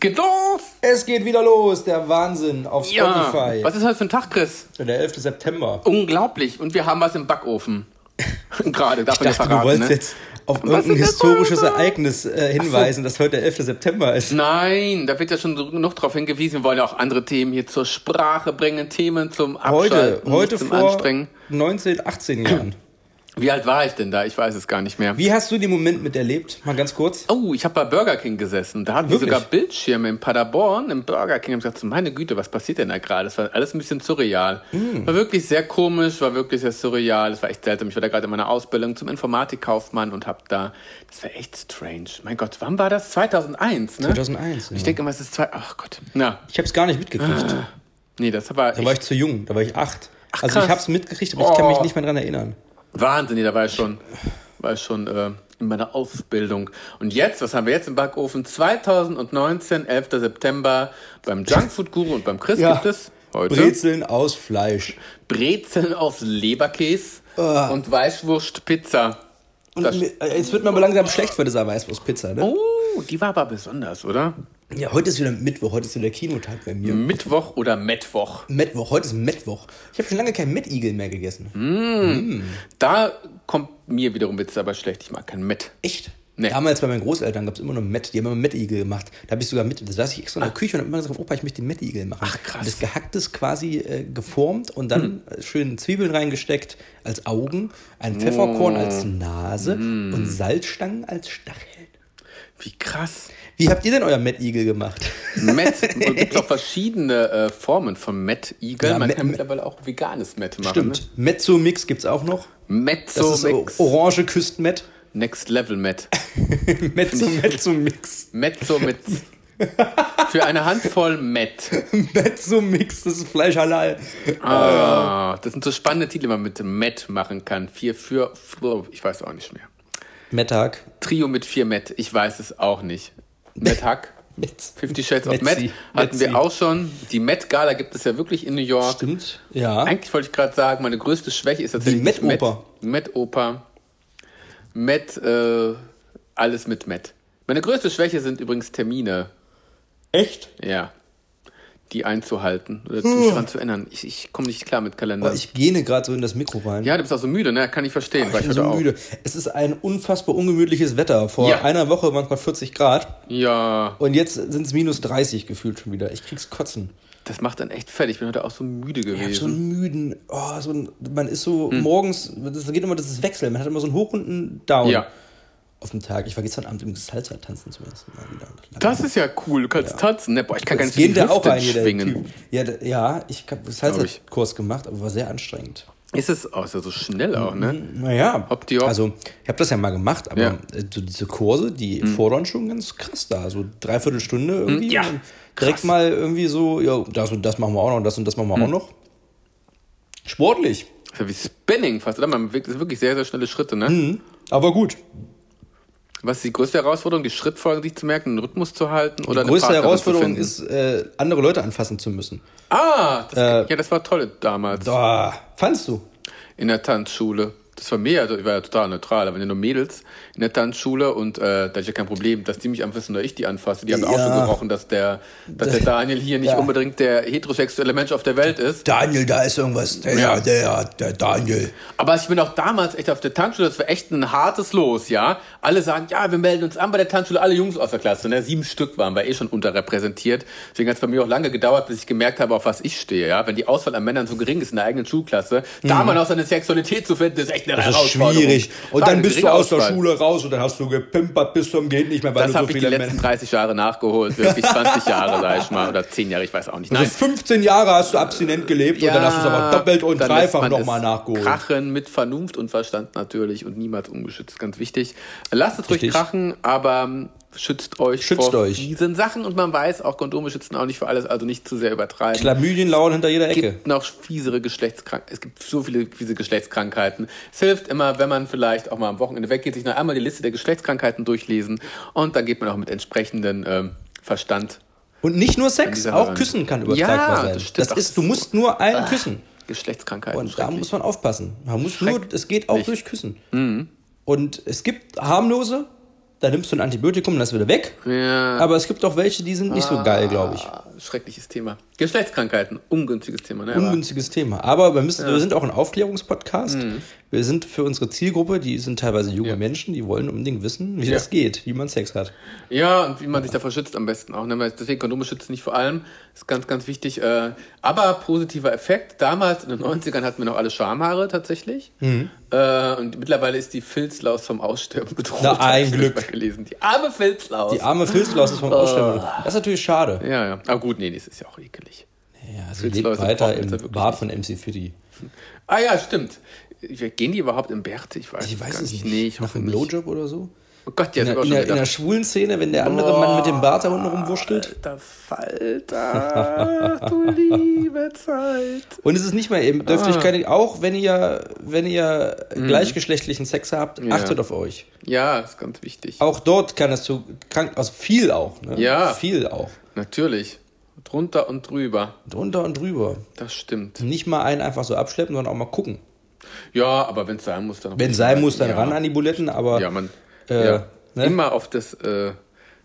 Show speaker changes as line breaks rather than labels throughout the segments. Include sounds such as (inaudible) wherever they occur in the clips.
geht los!
Es geht wieder los, der Wahnsinn auf
Ja!
Spotify.
Was Oh, ist heute für ein Tag, Chris?
Der 11. September.
Unglaublich. Und wir haben was im
(laughs)
Backofen. Gerade, darf man
Ich dachte,
ja
du
verraten,
wolltest
ne?
jetzt
Was
auf
ist
irgendein
das
historisches
für ein-
Ereignis äh, hinweisen, dass heute der 11. September
Hm,
ist.
Nein, da wird ja schon genug drauf hingewiesen. Wir wollen ja auch andere Themen hier zur Sprache bringen, Themen zum
Heute,
Abschalten,
heute
zum
vor
Anstrengen.
19, 18 Jahren.
Wie alt war ich denn da? Ich weiß es gar nicht mehr.
Wie hast du den Moment miterlebt? Mal ganz kurz.
Oh, ich habe bei Burger King gesessen. Da hatten wir
Wirklich?
sogar Bildschirme in Paderborn, im Burger King. Ich habe gesagt, meine Güte, was passiert denn da gerade? Das war alles ein bisschen surreal.
Hm.
War wirklich sehr komisch, war wirklich sehr surreal. Das war echt seltsam. Ich war da gerade in meiner Ausbildung zum Informatikkaufmann und habe da... Das war echt strange. Mein Gott, wann war das? 2001, ne?
2001.
Ich Ah,
ja.
denke immer, es ist... Zwei, ach Gott. Na,
Ich habe es gar nicht mitgekriegt.
nee, das war...
Da war ich zu jung, da war ich acht. also
krass.
ich habe es mitgekriegt, aber ich kann mich
Oh.
nicht mehr dran erinnern.
Wahnsinn, nee, da war ich schon, war ich schon äh, in meiner Ausbildung. Und jetzt, was haben wir jetzt im Backofen? 2019, 11. September, beim Junkfood Guru und beim Chris
Ja.
gibt es heute
Brezeln aus Fleisch.
Brezeln aus Leberkäse
Ah.
und Weißwurstpizza.
Und
Das-
mir- äh, jetzt wird mir aber langsam schlecht für dieser Weißwurstpizza, ne?
Oh, die war aber besonders, oder?
Ja, heute ist wieder Mittwoch, heute ist wieder Kinotag bei mir.
Mittwoch oder Mittwoch.
Mittwoch, heute ist Mittwoch. Ich habe schon lange kein Mettigel mehr gegessen.
Hm? Da kommt mir wiederum Witze aber schlecht. Ich mag kein Met.
Echt?
Nee.
Damals bei meinen Großeltern gab es immer noch Met, die haben immer Mettigel gemacht. Da habe ich sogar mit, da saß ich extra in der Küche und habe immer gesagt, Opa, ich möchte den Mettigel machen. Ach
Ah. krass. Hm.
Und das gehacktes quasi äh, geformt und dann äh, schön Zwiebeln reingesteckt als Augen,
Oh.
ein Pfefferkorn als Nase
Hm.
und Salzstangen als Stacheln.
Wie krass.
Wie habt ihr denn euer Mettigel gemacht?
(laughs) Met. Es gibt auch verschiedene äh, Formen von Met-Igel.
Ja,
Man
Met-
kann mittlerweile auch veganes Met machen. Ne?
Stimmt. Mezzo-Mix gibt's auch noch. Das ist Oh.
Mezzo-Mix.
o- orange
(laughs)
Küstenmet.
Next Level Met.
(laughs) Mezzo-Mezzo-Mix.
Mezzo mit. Für eine Handvoll Met.
Mezzo-Mix, das ist Fleisch halal.
Ah, das sind so spannende Titel, die man mit Met machen kann. Vier für, für ich weiß auch nicht mehr.
Mettag.
Trio mit vier Met, ich weiß es auch nicht. Met Hack,
Metz.
50 Shades of
Metzi.
Met hatten wir
Metzi.
auch schon. Die Met Gala gibt es ja wirklich in New York.
Stimmt. Ja.
Eigentlich wollte ich gerade sagen, meine größte Schwäche ist tatsächlich
Die Met-Oper.
Met Oper. Met äh, alles mit Met. Meine größte Schwäche sind übrigens Termine.
Echt?
Ja. Die einzuhalten oder mich daran zu ändern. Ich, ich komme nicht klar mit Kalender.
Hm. Ich gähne gerade so in das Mikro rein.
ja, du bist auch so müde, ne? Kann ich verstehen. weil
ich bin so
heute
müde. Es ist ein unfassbar ungemütliches Wetter. Vor
Ja.
einer Woche waren es mal 40 Grad
Auch. Ja,
und jetzt sind es minus 30 gefühlt schon wieder. Ich krieg's kotzen.
das macht dann echt fertig. Ich bin heute auch so müde
Ich hab so
gewesen.
einen müden, oh, so ein, man ist so
Hm.
morgens, das geht immer, das ist Wechsel. Man hat immer so einen Hoch und einen Down
Ja.
auf dem Tag. Ich war gestern Abend im Salsa tanzen zum ersten Mal wieder.
Das ist ja cool. Du kannst tanzen. Ne? Boah, ich kann gar
Jetzt
nicht so
geht
die
der auch
Hüfte
rein, hier, der
schwingen.
Typ. Ja, d- ja, ich habe
Glaub ich.
Salsa-Kurs gemacht, aber war sehr anstrengend.
Ist es auch ist ja so schnell auch,
Mhm.
ne?
Naja,
Ob die auch-
also ich habe das ja mal gemacht, aber
Ja. Mhm.
äh, so diese Kurse, die fordern schon ganz krass da. So dreiviertel Stunde irgendwie.
Ja,
und dann direkt
krass. Mhm.
mal irgendwie so, ja, das und das machen wir auch noch, und das und das machen wir auch noch. Sportlich,
Ist ja wie Spinning fast, oder? Man bewegt das sind wirklich sehr, sehr schnelle Schritte, ne?
Mhm. aber gut.
Was ist die größte Herausforderung? Die Schrittfolgen sich zu merken, den Rhythmus zu halten oder
Die größte
eine Partnerin
Herausforderung
zu finden?
ist, äh, andere Leute anfassen zu müssen.
Ah, das,
äh,
ja, das war toll damals
Da, fandst du?
in der Tanzschule. Das war mir ja, ich war ja total neutral, aber wenn ja nur Mädels in der Tanzschule und äh, da ist ja kein Problem, dass die mich anfassen oder ich die anfasse. Die haben auch
Ja.
schon gerochen, dass der, dass der Daniel hier nicht
Ja.
unbedingt der heterosexuelle Mensch auf der Welt ist.
Daniel, da ist irgendwas. Der,
Ja.
der, der Daniel.
Aber ich bin auch damals echt auf der Tanzschule, das war echt ein hartes Los, ja. Alle sagen, ja, wir melden uns an bei der Tanzschule, alle Jungs aus der Klasse, ne? Sieben Stück waren wir eh schon unterrepräsentiert. Deswegen hat es bei mir auch lange gedauert, bis ich gemerkt habe, auf was ich stehe, ja. Wenn die Auswahl an Männern so gering ist in der eigenen Schulklasse, da mal noch seine Sexualität zu finden, ist echt eine
Mhm. Das ist
Herausforderung.
schwierig. Und
War
dann
eine
bist du
geringe
aus der
Auswahl.
Schule raus und dann hast du gepimpert bis zum Geht nicht mehr, weil
Das
du so
habe ich die
viele
letzten
Männer.
30 Jahre nachgeholt,
(laughs)
wirklich 20 Jahre, sag ich mal, oder 10 Jahre, ich weiß auch nicht.
Also 15 Jahre hast du abstinent gelebt und dann hast du es aber doppelt und
dann lässt
dreifach
man
nochmal
es
nachgeholt.
Krachen mit Vernunft und Verstand natürlich und niemals ungeschützt, ganz wichtig. Lasst es ruhig
Richtig.
krachen, aber ähm, schützt euch
Schützt
vor
euch.
diesen Sachen und man weiß, auch Kondome schützen auch nicht für alles, also nicht zu sehr übertreiben.
Chlamydien lauern hinter jeder
Es
Ecke.
gibt noch fiesere Geschlechtskrankheiten. Es gibt so viele fiese Geschlechtskrankheiten. Es hilft immer, wenn man vielleicht auch mal am Wochenende weggeht, sich noch einmal die Liste der Geschlechtskrankheiten durchlesen und dann geht man auch mit entsprechenden ähm, Verstand
Und nicht nur Sex,
dieser
auch
Heran-
Küssen kann übertragbar
Ja,
sein.
das
Das,
stimmt. Ach,
ist, du musst nur einen küssen.
Geschlechtskrankheiten.
Und da
schrecklich.
muss man
Mhm.
aufpassen. Man muss nur, es geht auch durch Küssen. Und es gibt harmlose da nimmst du ein Antibiotikum und das ist wieder weg.
Ja.
Aber es gibt auch welche, die sind nicht so geil, glaube ich.
Ah, schreckliches Thema. Geschlechtskrankheiten, ungünstiges Thema, ne? Aber
Ungünstiges Thema. Aber wir, müssen, wir sind auch ein Aufklärungspodcast.
Mhm.
Wir sind für unsere Zielgruppe, die sind teilweise junge Menschen, die wollen unbedingt wissen, wie
Ja.
das geht, wie man Sex hat.
ja, und wie man sich davor schützt am besten auch. Ne? Weil Deswegen Kondome schützen nicht vor allem. Ist ganz, ganz wichtig. Äh, aber positiver Effekt. Damals in den 90ern hatten wir noch alle Schamhaare tatsächlich.
Mhm.
Äh, und mittlerweile ist die Filzlaus vom Aussterben bedroht. (laughs)
Na,
hab ich
ein Glück.
mal Gelesen. Die arme Filzlaus.
Die arme Filzlaus ist vom Aussterben. Das ist natürlich schade.
ja, ja. Aber gut, nee, das ist ja auch ekelig.
Ja, sie lebt
Filzläuse
weiter
brauchen
im
wir wirklich
Bart von MC Fitty.
Ah ja, stimmt. Gehen die überhaupt im Bärte? Ich weiß,
Ich weiß
gar
es nicht.
Nee, ich
Nach
hoffe
einem
nicht.
Blowjob oder so?
Oh Gott, die hat
In der,
sogar
in,
schon
der, in der
gedacht.
schwulen Szene, wenn der andere Mann mit dem Bart da unten rumwurschtelt.
Alter Falter, du liebe Zeit.
Und es ist nicht mal eben
Ah.
Dürftigkeit, auch wenn ihr, wenn ihr
Mhm.
gleichgeschlechtlichen Sex habt, achtet auf euch.
Ja, ist ganz wichtig.
Auch dort kann es zu krank, also viel auch. Ne?
Ja.
Viel auch.
Natürlich. Drunter und drüber.
Drunter und drüber.
Das stimmt.
Nicht mal einen einfach so abschleppen, sondern auch mal gucken.
Ja, aber wenn es sein muss, dann.
Wenn sein muss, dann
ja.
ran an die Buletten, aber
Ja, man.
Äh,
ja.
ne?
Immer auf das äh,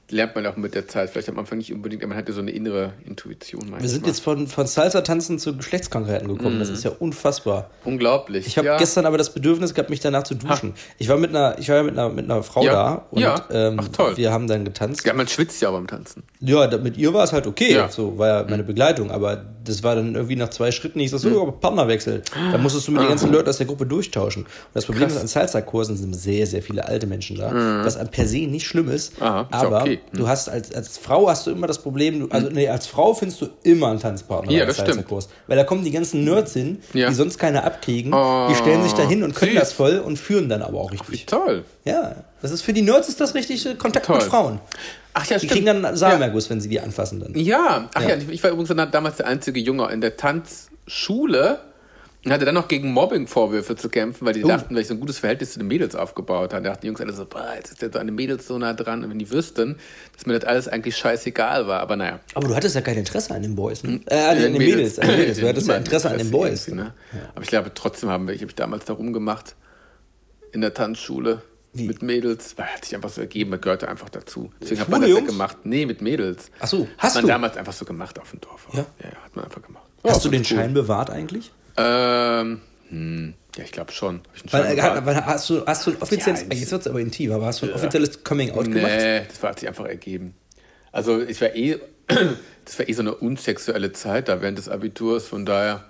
lernt man auch mit der Zeit. Vielleicht am Anfang nicht unbedingt, aber man hat ja so eine innere Intuition.
wir sind jetzt von, von Salsa-Tanzen zu Geschlechtskrankheiten gekommen. Das ist ja unfassbar.
Unglaublich.
Ich habe
Mhm. ja.
gestern aber das Bedürfnis gehabt, mich danach zu duschen. Ich war mit einer, ich war ja mit einer, mit einer Frau
Ja.
da und
Ja.
Ähm,
Ach, toll.
wir haben dann getanzt.
Ja, man schwitzt ja beim Tanzen.
Ja, da- mit ihr war es halt okay.
Ja. Mhm.
So war ja meine Begleitung, aber das war dann irgendwie nach zwei Schritten, ich sag so, mhm. Partnerwechsel. Da musstest du mit
Ah.
den ganzen Leuten aus der Gruppe durchtauschen. Und das Problem ist, an Salsa-Kursen sind sehr, sehr viele alte Menschen da, was an per se nicht schlimm ist.
Mhm. Aha, ist ja
aber
okay. Mhm.
du hast als, als Frau hast du immer das Problem, du, also nee, als Frau findest du immer einen Tanzpartner
Ja,
beim
das stimmt.
Salsa-Kurs. Weil da kommen die ganzen Nerds hin,
Ja.
die sonst keiner abkriegen,
Oh,
die stellen sich da hin und können
süß.
das voll und führen dann aber auch richtig.
Toll.
Ja, das ist für die Nerds ist das richtige Kontakt mit
Toll.
Frauen.
Ach ja,
Die
stimmt.
kriegen dann
ja.
Samenerguss, wenn sie die anfassen dann.
Ja, ach ja. ich war übrigens dann halt damals der einzige Junge in der Tanzschule und hatte dann noch gegen Mobbing-Vorwürfe zu kämpfen, weil die dachten, weil ich so ein gutes Verhältnis zu den Mädels aufgebaut habe. Da dachten die Jungs alle so, boah, jetzt ist der so an den Mädels so nah dran. Und wenn die wüssten, dass mir das alles eigentlich scheißegal war. Aber naja.
Aber du hattest ja kein Interesse an den Boys. Ne? Äh, an den
Äh,
Mädels. An den
(laughs)
Mädels. Du
Äh,
hattest ja
niemand
Interesse an den Boys.
irgendwie, ne? Aber ich glaube, trotzdem haben wir, ich habe mich damals da rumgemacht in der Tanzschule. Mit Mädels, weil hat sich einfach so ergeben, man gehörte einfach dazu. Deswegen hat man
Schwule
das ja
Jungs?
gemacht. Nee, mit Mädels.
Ach so,
Hat
hast
man
du?
damals einfach so gemacht auf dem Dorf.
Ja?
ja, hat man einfach gemacht.
Hast du
Ja,
den
ganz cool.
Schein bewahrt eigentlich?
Ähm, hm, ja, ich glaube schon. Hab ich einen Schein
Weil,
gemacht?
äh, weil hast du, hast du ein offizielles,
Ja,
jetzt wird es aber intim, aber hast du ein offizielles Coming-out gemacht?
Nee, das war, hat sich einfach ergeben. Also ich war eh, (clears throat) das war eh so eine unsexuelle Zeit da während des Abiturs, von daher.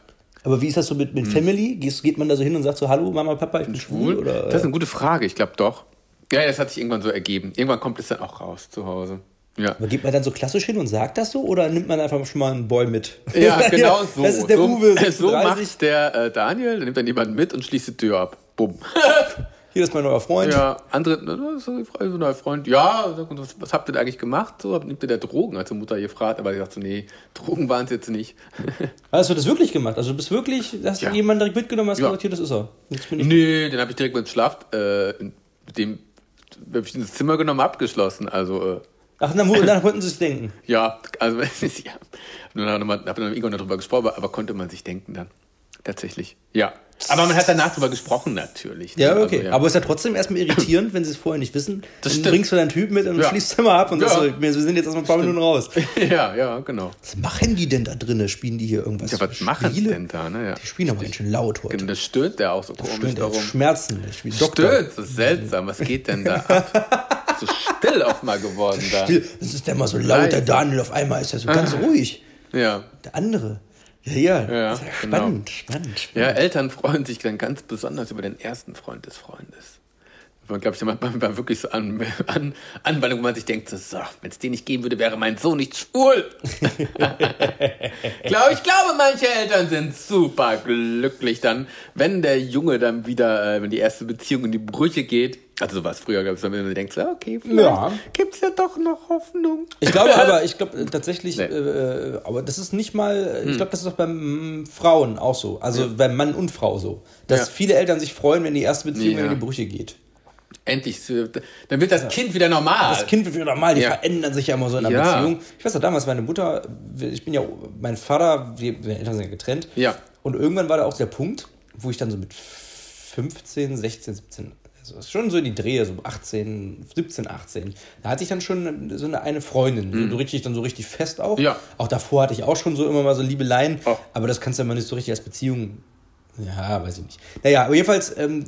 Aber wie ist das so mit, mit
Hm.
Family? Gehst, geht man da so hin und sagt so, hallo Mama, Papa, ich bin schwul? Oder,
Das ist eine gute Frage, ich glaube doch. Ja, das hat sich irgendwann so ergeben. Irgendwann kommt es dann auch raus zu Hause.
(laughs)
Ja.
aber geht man dann so klassisch hin und sagt das so? Oder nimmt man einfach schon mal einen Boy mit? (laughs)
Ja, genau so.
Das ist der
(laughs) so,
Uwe,
So
30,
macht der äh, Daniel, dann nimmt dann jemand mit und schließt die Tür ab.
(laughs)
Bumm.
hier ist mein neuer Freund.
Ja, andere, na, na, so die Frage, so ein neuer Freund, ja, sag uns, was, was habt ihr denn eigentlich gemacht? So, hab- nimmt ihr da Drogen? Hat die Mutter gefragt, aber ich dachte so, nee, Drogen waren es jetzt nicht. (laughs)
Hast du das wirklich gemacht? Also du bist wirklich, hast
Ja.
du jemanden direkt mitgenommen, hast
Ja.
gesagt, hier, das ist er. Jetzt bin ich
nee, den habe ich direkt mit Schlaf, äh, in- mit dem habe ich ins Zimmer genommen, abgeschlossen. Also, äh,
Ach, dann, mu- dann konnten sie es denken.
ja, also, (laughs) es ist- ja. Nur noch mal, hab dann irgendwann darüber gesprochen, aber, aber konnte man sich denken dann. Tatsächlich, ja. Aber man hat danach drüber gesprochen, natürlich. ne?
Ja, okay.
Also,
Aber es ist ja trotzdem erstmal irritierend, wenn sie es vorher nicht wissen.
Das
dann
stimmt.
bringst du deinen Typen mit und
Ja.
schließt immer ab und
Ja.
sagst so, wir sind jetzt erstmal ein paar Minuten raus.
(laughs) ja, ja, genau.
Was machen die denn da drinnen? Spielen die hier irgendwas?
Ja, was machen die denn da? Ne? Ja.
Die spielen aber ganz schön laut heute.
Das stöhnt der auch so komisch
Stimmt,
darum.
Schmerzen. Ich spiele Doktor.
Stöhnt, das ist seltsam. Was geht denn da ab?
(laughs)
so still auch mal geworden da.
Still. Das ist der mal so laut, der
Leise.
Daniel. Auf einmal ist er so ganz ruhig.
Ja.
Der andere. Ja, ja.
Ah. Ja,
Das ist ja
genau.
spannend, spannend, spannend.
ja, Eltern freuen sich dann ganz besonders über den ersten Freund des Freundes. Man glaube ich, man war wirklich so an, an Anwandlung, wo man sich denkt, so, so wenn es den nicht geben würde, wäre mein Sohn nicht
(laughs)
schwul. glaube ich glaube, manche Eltern sind super glücklich dann, wenn der Junge dann wieder, äh, wenn die erste Beziehung in die Brüche geht. Also so war es früher, glaube ich, so, wenn man denkt, so, okay, vielleicht
Ja.
gibt es ja doch noch Hoffnung. (laughs)
Ich glaube aber, ich glaube äh, tatsächlich,
Nee. Hm.
äh, aber das ist nicht mal, äh, ich glaube, das ist auch bei mm, Frauen auch so. Also bei Mann und Frau so. Dass
Ja.
viele Eltern sich freuen, wenn die erste Beziehung
Ja.
in die Brüche geht.
Endlich, dann wird das Kind wieder normal.
Das Kind wird wieder normal, die
Ah. Ja.
verändern sich ja immer so in einer
Ja.
Beziehung. Ich weiß ja damals, meine Mutter, ich bin ja, mein Vater, wir, meine Eltern sind ja getrennt.
Ja.
Und irgendwann war da auch der Punkt, wo ich dann so mit 15, 16, 17, so also das ist schon so in die Drehe, so 18, 17, 18. Da hatte ich dann schon so eine, eine Freundin, so, so richtig, dann so richtig fest auch.
Hm. Ja.
Auch davor hatte ich auch schon so immer mal so Liebeleien,
Oh.
aber das kannst du ja mal nicht so richtig als Beziehung ja, weiß ich nicht. Naja, aber jedenfalls, ähm,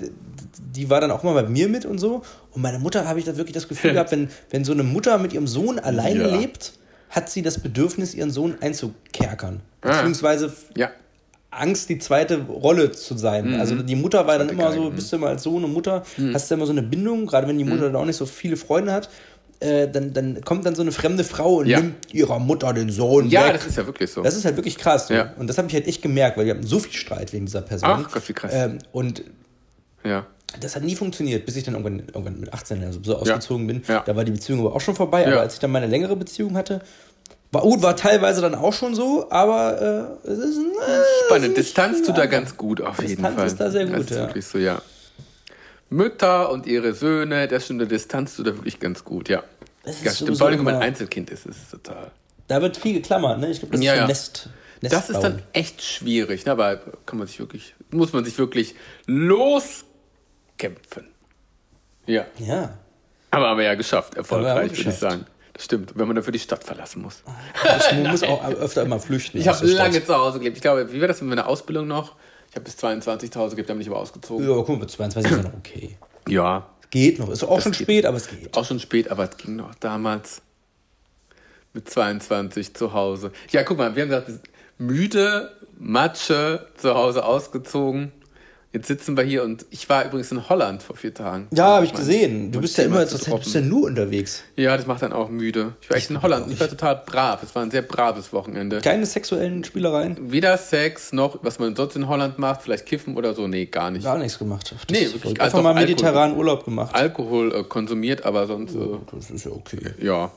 die war dann auch mal bei mir mit und so. Und meine Mutter habe ich da wirklich
(laughs)
das Gefühl gehabt, wenn, wenn so eine Mutter mit ihrem Sohn alleine
Ja.
lebt, hat sie das Bedürfnis, ihren Sohn einzukerkern.
Ah.
Beziehungsweise
Ja.
Angst, die zweite Rolle zu sein. Also die Mutter war dann
Mhm. Zweite
immer
Geige, mhm.
so, bist du immer als Sohn und Mutter, hast du immer so eine Bindung, gerade wenn die Mutter dann auch nicht so viele Freunde hat, äh, dann, dann kommt dann so eine fremde Frau und
Ja.
nimmt ihrer Mutter den Sohn
Ja,
weg.
das ist ja wirklich so.
Das ist halt wirklich krass. So.
Ja.
Und das habe ich halt echt gemerkt, weil wir hatten so viel Streit wegen dieser Person.
Ach Gott, wie krass.
Ähm, und
ja.
das hat nie funktioniert, bis ich dann irgendwann, irgendwann mit 18 also so ausgezogen bin.
Ja.
Da war die Beziehung aber auch schon vorbei.
Ja.
Aber als ich dann meine längere Beziehung hatte, war gut, war teilweise dann auch schon so, aber äh, es ist ein. Äh,
Spannend. Distanz tut da ganz gut auf jeden
Distanz
Fall.
ist da sehr gut,
Das ist
ja.
wirklich so, ja. Mütter und ihre Söhne, das stimmt, der Distanz tut da wirklich ganz gut, ja.
Das ist
ja, stimmt.
sowieso
Vor allem, wenn man
immer-
Einzelkind ist, ist es total.
genau. da wird viel geklammert, ne? Ich glaube, das
Ja,
ist so
ja.
ein Nest. Nest
Das ist
bauen.
dann echt schwierig, ne? aber kann man sich wirklich, muss man sich wirklich loskämpfen. Ja,
Ja.
aber haben wir ja geschafft, erfolgreich, würde ich
geschafft.
sagen. Das stimmt, wenn man dafür die Stadt verlassen muss.
Ich muss auch öfter immer flüchten.
Ich
aus
habe
der Stadt.
lange zu Hause gelebt. Ich glaube, wie war das mit meiner Ausbildung noch? Ich habe bis 22 zu Hause gelebt, dann bin ich aber ausgezogen.
Ja, aber guck mal, bis 22 ist ja noch okay.
Ja,
Geht noch. Ist auch schon
geht.
spät, aber es geht.
auch schon spät, aber es ging noch damals mit 22 zu Hause. Ja, guck mal, wir haben gesagt, wir sind müde, Matsche, zu Hause ausgezogen. Jetzt sitzen wir hier und ich war übrigens in Holland vor vier Tagen.
Ja, habe ich
Mein-
gesehen. Du
mein
bist ja
Thema
immer
zu
zur Zeit, du bist ja
droppen.
nur unterwegs.
Ja, das macht dann auch müde. Ich war echt in Holland. und Ich war total brav. Es war ein sehr braves Wochenende.
Keine sexuellen Spielereien.
Weder Sex noch, was man sonst in Holland macht, vielleicht kiffen oder so. Nee, gar nicht.
Gar nichts gemacht. Das
Nee,
ist
wirklich,
verrückt.
also
Einfach mal
Alkohol.
mediterranen Urlaub gemacht.
Alkohol äh, konsumiert, aber sonst, äh,
Also, Das ist ja okay.
ja,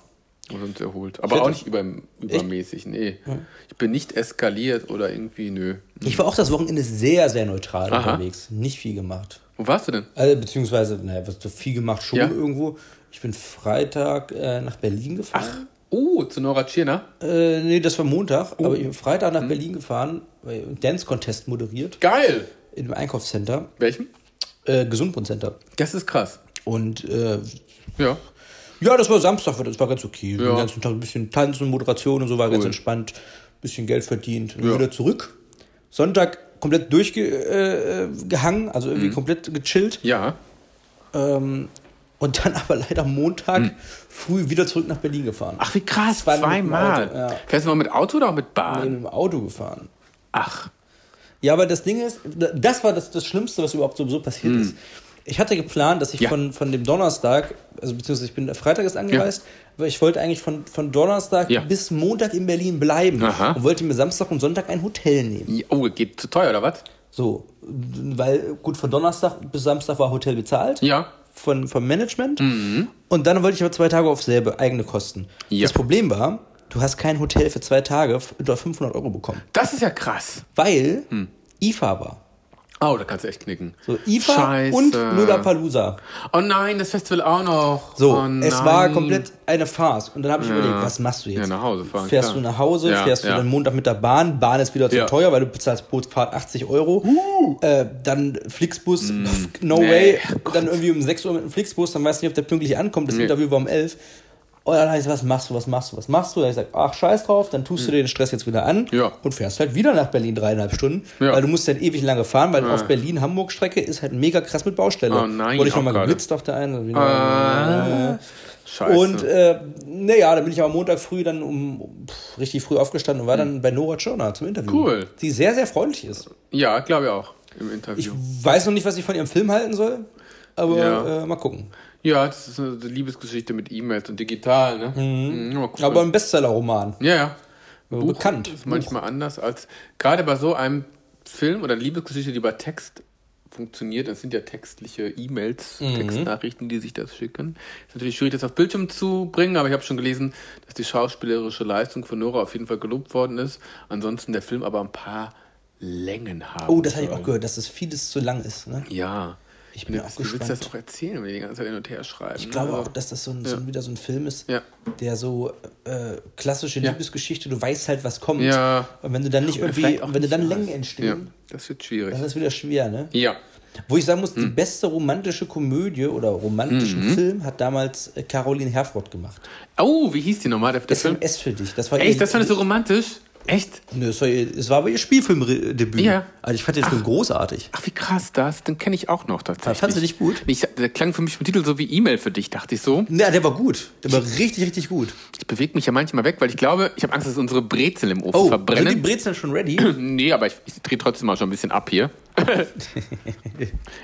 und sonst erholt. Aber
hätte-
auch nicht über, übermäßig, nee. Ich bin nicht eskaliert oder irgendwie, nö.
Ich war auch das Wochenende sehr, sehr neutral
Aha.
unterwegs. Nicht viel gemacht.
Wo warst du denn?
Also, beziehungsweise, naja, was so viel gemacht schon
Ja.
irgendwo. Ich bin Freitag äh, nach Berlin gefahren.
Oh, zu Nora Tschirner.
Äh, nee, das war Montag. Aber ich bin Freitag nach Berlin gefahren, weil- und Dance-Contest moderiert
Geil!
in einem Einkaufscenter,
Welchem?
äh, Gesundbrunnencenter.
Das ist krass.
Und äh,
Ja.
Ja, das war Samstag, das war ganz okay.
Ja.
Den ganzen Tag ein bisschen tanzen, Moderation und so war ganz entspannt. bisschen Geld verdient und
Ja.
wieder zurück. Sonntag komplett durchgehangen, äh, gehangen, also irgendwie
Mhm.
komplett gechillt.
Ja.
Ähm, und dann (laughs) aber leider Montag früh wieder zurück nach Berlin gefahren.
Mhm. Ach, wie krass,
Zweimal mit dem
zweimal.
Auto, ja.
Fährst du noch mit Auto oder auch mit Bahn?
Mit dem Auto gefahren.
Ach.
Ja, aber das Ding ist, das war das, das Schlimmste, was überhaupt sowieso passiert ist. Ich hatte geplant, dass ich
Hm. Ja.
von, von dem Donnerstag, also beziehungsweise ich bin Freitag ist angereist, aber ich wollte eigentlich von, von Donnerstag
Ja.
bis Montag in Berlin bleiben
Aha.
und wollte mir Samstag und Sonntag ein Hotel nehmen.
Ja, Oh, geht zu teuer oder was?
So, weil gut, von Donnerstag bis Samstag war Hotel bezahlt
Ja. Mhm.
von, vom Management und dann wollte ich aber zwei Tage auf selbe eigene Kosten.
Ja.
Das Problem war, du hast kein Hotel für zwei Tage f- unter 500 Euro bekommen,
Das ist ja krass.
weil
Hm.
IFA war.
Oh, da kannst du echt knicken.
So, IFA
Scheiße.
und Lollapalooza.
Oh nein, das Festival auch noch.
So,
oh
es war
nein.
komplett eine Farce. Und dann habe ich überlegt, was machst du jetzt?
Ja, nach Hause fahren,
Fährst
klar.
du nach Hause,
Ja,
fährst
ja.
du dann Montag mit der Bahn, Bahn ist wieder zu
Ja.
teuer, weil du bezahlst Bootsfahrt 80 Euro. Äh, dann Flixbus, (laughs) no
Hm. Nee,
way.
Gott.
Dann irgendwie um 6 Uhr mit dem Flixbus, dann weißt du nicht, ob der pünktlich ankommt. Das Interview war um 11 und dann habe ich gesagt, was machst du, was machst du, was machst du? Dann habe ich gesagt, ach, scheiß drauf, dann tust du dir den Stress jetzt wieder an
Hm. Ja.
und fährst halt wieder nach Berlin dreieinhalb Stunden,
Ja.
weil du musst halt ewig lange fahren, weil auf Berlin-Hamburg-Strecke ist halt mega krass mit Baustelle.
Oh nein,
Wurde ich
auch
nochmal
gerade. Ah.
geblitzt auf der einen.
Scheiße.
Und äh, naja, da bin ich am Montag früh dann um um, pff, richtig früh aufgestanden und war dann bei Nora Tschirner zum Interview.
Hm. Cool.
Die sehr, sehr freundlich ist.
ja, glaube ich auch. Im
Ich
Interview.
weiß noch nicht, was ich von ihrem Film halten soll, aber
Ja.
äh, mal gucken.
Ja, das ist eine Liebesgeschichte mit E-Mails und digital, ne? Mhm. mal gucken.
Aber ein Bestseller-Roman.
ja, ja. Buch
bekannt.
Ist manchmal anders als gerade bei so einem Film oder Liebesgeschichte, die bei Text funktioniert. Das sind ja textliche E-Mails,
Mhm.
Textnachrichten, die sich das schicken. Ist natürlich schwierig, das auf Bildschirm zu bringen, aber ich habe schon gelesen, dass die schauspielerische Leistung von Nora auf jeden Fall gelobt worden ist. Ansonsten der Film aber ein paar Längen haben.
Oh, das hatte ich
soll.
auch gehört, dass es vieles zu lang ist. Ne?
Ja.
Ich bin
du,
auch
du willst
gespannt.
das auch erzählen, wenn wir die ganze Zeit hin und her schreiben. ne?
Ich glaube auch, dass das so, ein, so ein- wieder so ein Film ist,
Ja.
der so äh, klassische Liebesgeschichte, du weißt halt, was kommt.
Ja.
Und wenn du dann nicht irgendwie,
vielleicht auch
wenn du
nicht
dann
weiß.
Längen
Ja,
entstehen,
das wird schwierig.
dann ist es wieder schwer, ne?
Ja.
Wo ich sagen muss,
Mhm.
die beste romantische Komödie oder romantischen Film hat damals äh, Caroline Herford gemacht.
Oh, wie hieß die nochmal? Der, der Film?
SMS für dich. Das war ihr-
Echt, das fandest du romantisch? Echt?
Nö, es war, ihr- es war aber ihr Spielfilmdebüt.
Ja.
Also ich fand den Film großartig.
Ach, wie krass das. Den kenne ich auch noch tatsächlich.
Fandst du nicht gut?
Ich, der klang für mich im Titel so wie E-Mail für dich, dachte ich so.
Na, der war gut. Der war richtig, richtig gut.
Ich bewege mich ja manchmal weg, weil ich glaube, ich habe Angst, dass unsere Brezeln im Ofen
Oh, sind die
verbrennen.
Brezeln schon ready?
Nee, aber ich, ich drehe trotzdem mal schon ein bisschen ab
(laughs)
hier.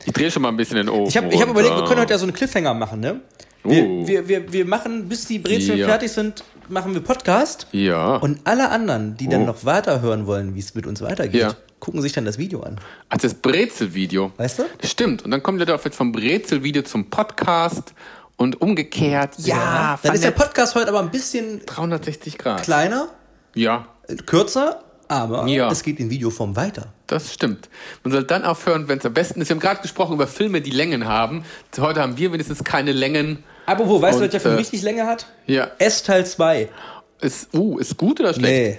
ich drehe schon mal ein bisschen den Ofen.
Ich habe ich hab überlegt, wir können heute
runter.
ja so einen Cliffhanger machen, ne? Wir,
Oh.
wir, wir, wir machen, bis die Brezeln
Ja.
fertig sind, machen wir Podcast.
Ja.
Und alle anderen, die dann
Oh.
noch weiterhören wollen, wie es mit uns weitergeht,
Ja.
gucken sich dann das Video an.
Als Also das Brezel-Video.
Weißt du?
Stimmt. Und dann kommt der doch jetzt vom Brezel-Video zum Podcast und umgekehrt. Ja,
Dann ist der
vernetzt.
Podcast heute aber ein bisschen
360 Grad.
kleiner,
Ja,
äh, kürzer, aber
Ja.
es geht in Videoform weiter.
das stimmt. Man soll dann aufhören, wenn es am besten ist. Wir haben gerade gesprochen über Filme, die Längen haben. Heute haben wir wenigstens keine Längen.
Apropos, weißt du,
Und,
welcher Film
äh,
richtig Länge hat?
ja.
S Teil 2.
Ist, uh, ist gut oder schlecht?
Nee,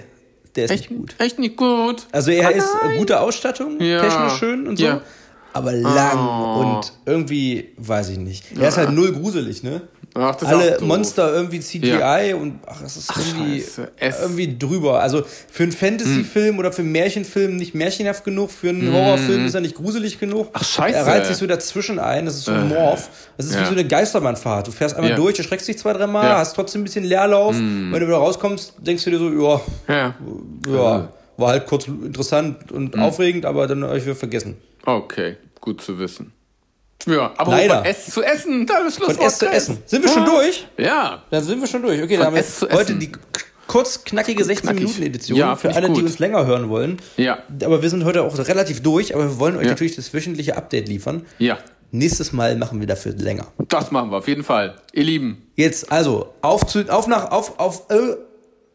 der ist
Echt
nicht gut.
Echt nicht gut.
Also er ist äh, gute Ausstattung,
Ja.
technisch schön und so,
Ja. Oh.
aber lang und irgendwie, weiß ich nicht. Er ist halt null gruselig, ne?
Ach, das ist auch
Alle
doof.
Monster irgendwie CGI
Ja.
und ach, das ist irgendwie,
Scheiße, es- Hm.
irgendwie drüber. Also für einen Fantasy-Film oder für einen Märchenfilm nicht märchenhaft genug, für einen Horrorfilm ist er nicht gruselig genug. Ach
scheiße. Äh.
Er reiht sich so dazwischen ein, das ist so ein Morph. Das ist wie
Ja.
so eine Geisterbahnfahrt. Du fährst einmal
Ja.
durch, erschreckst dich zwei, dreimal,
Ja. Hm.
hast trotzdem ein bisschen Leerlauf. Wenn du wieder rauskommst, denkst du dir so, ja,
Ja.
ja, war halt kurz interessant und aufregend, aber dann habe ich wieder vergessen.
Okay, gut zu wissen. Ja, aber
Leider.
von S zu Essen, da ist Schluss.
Von S zu
Okay.
Essen. Sind wir schon durch?
Ja.
Dann sind wir schon durch. Okay, dann haben wir
Ah. S zu
heute
Essen.
die k- kurz knackige 16
Knackig.
Minuten Edition
Ja,
für
find ich
alle, die
gut.
uns länger hören wollen.
Ja.
Aber wir sind heute auch relativ durch, aber wir wollen euch
Ja.
natürlich das wöchentliche Update liefern.
Ja,
Nächstes Mal machen wir dafür länger.
das machen wir auf jeden Fall. Ihr Lieben.
Jetzt also auf zu auf nach auf auf äh,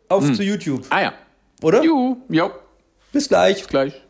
auf zu YouTube,
Ah ja.
oder?
Juhu. Jo,
Bis gleich.
gleich.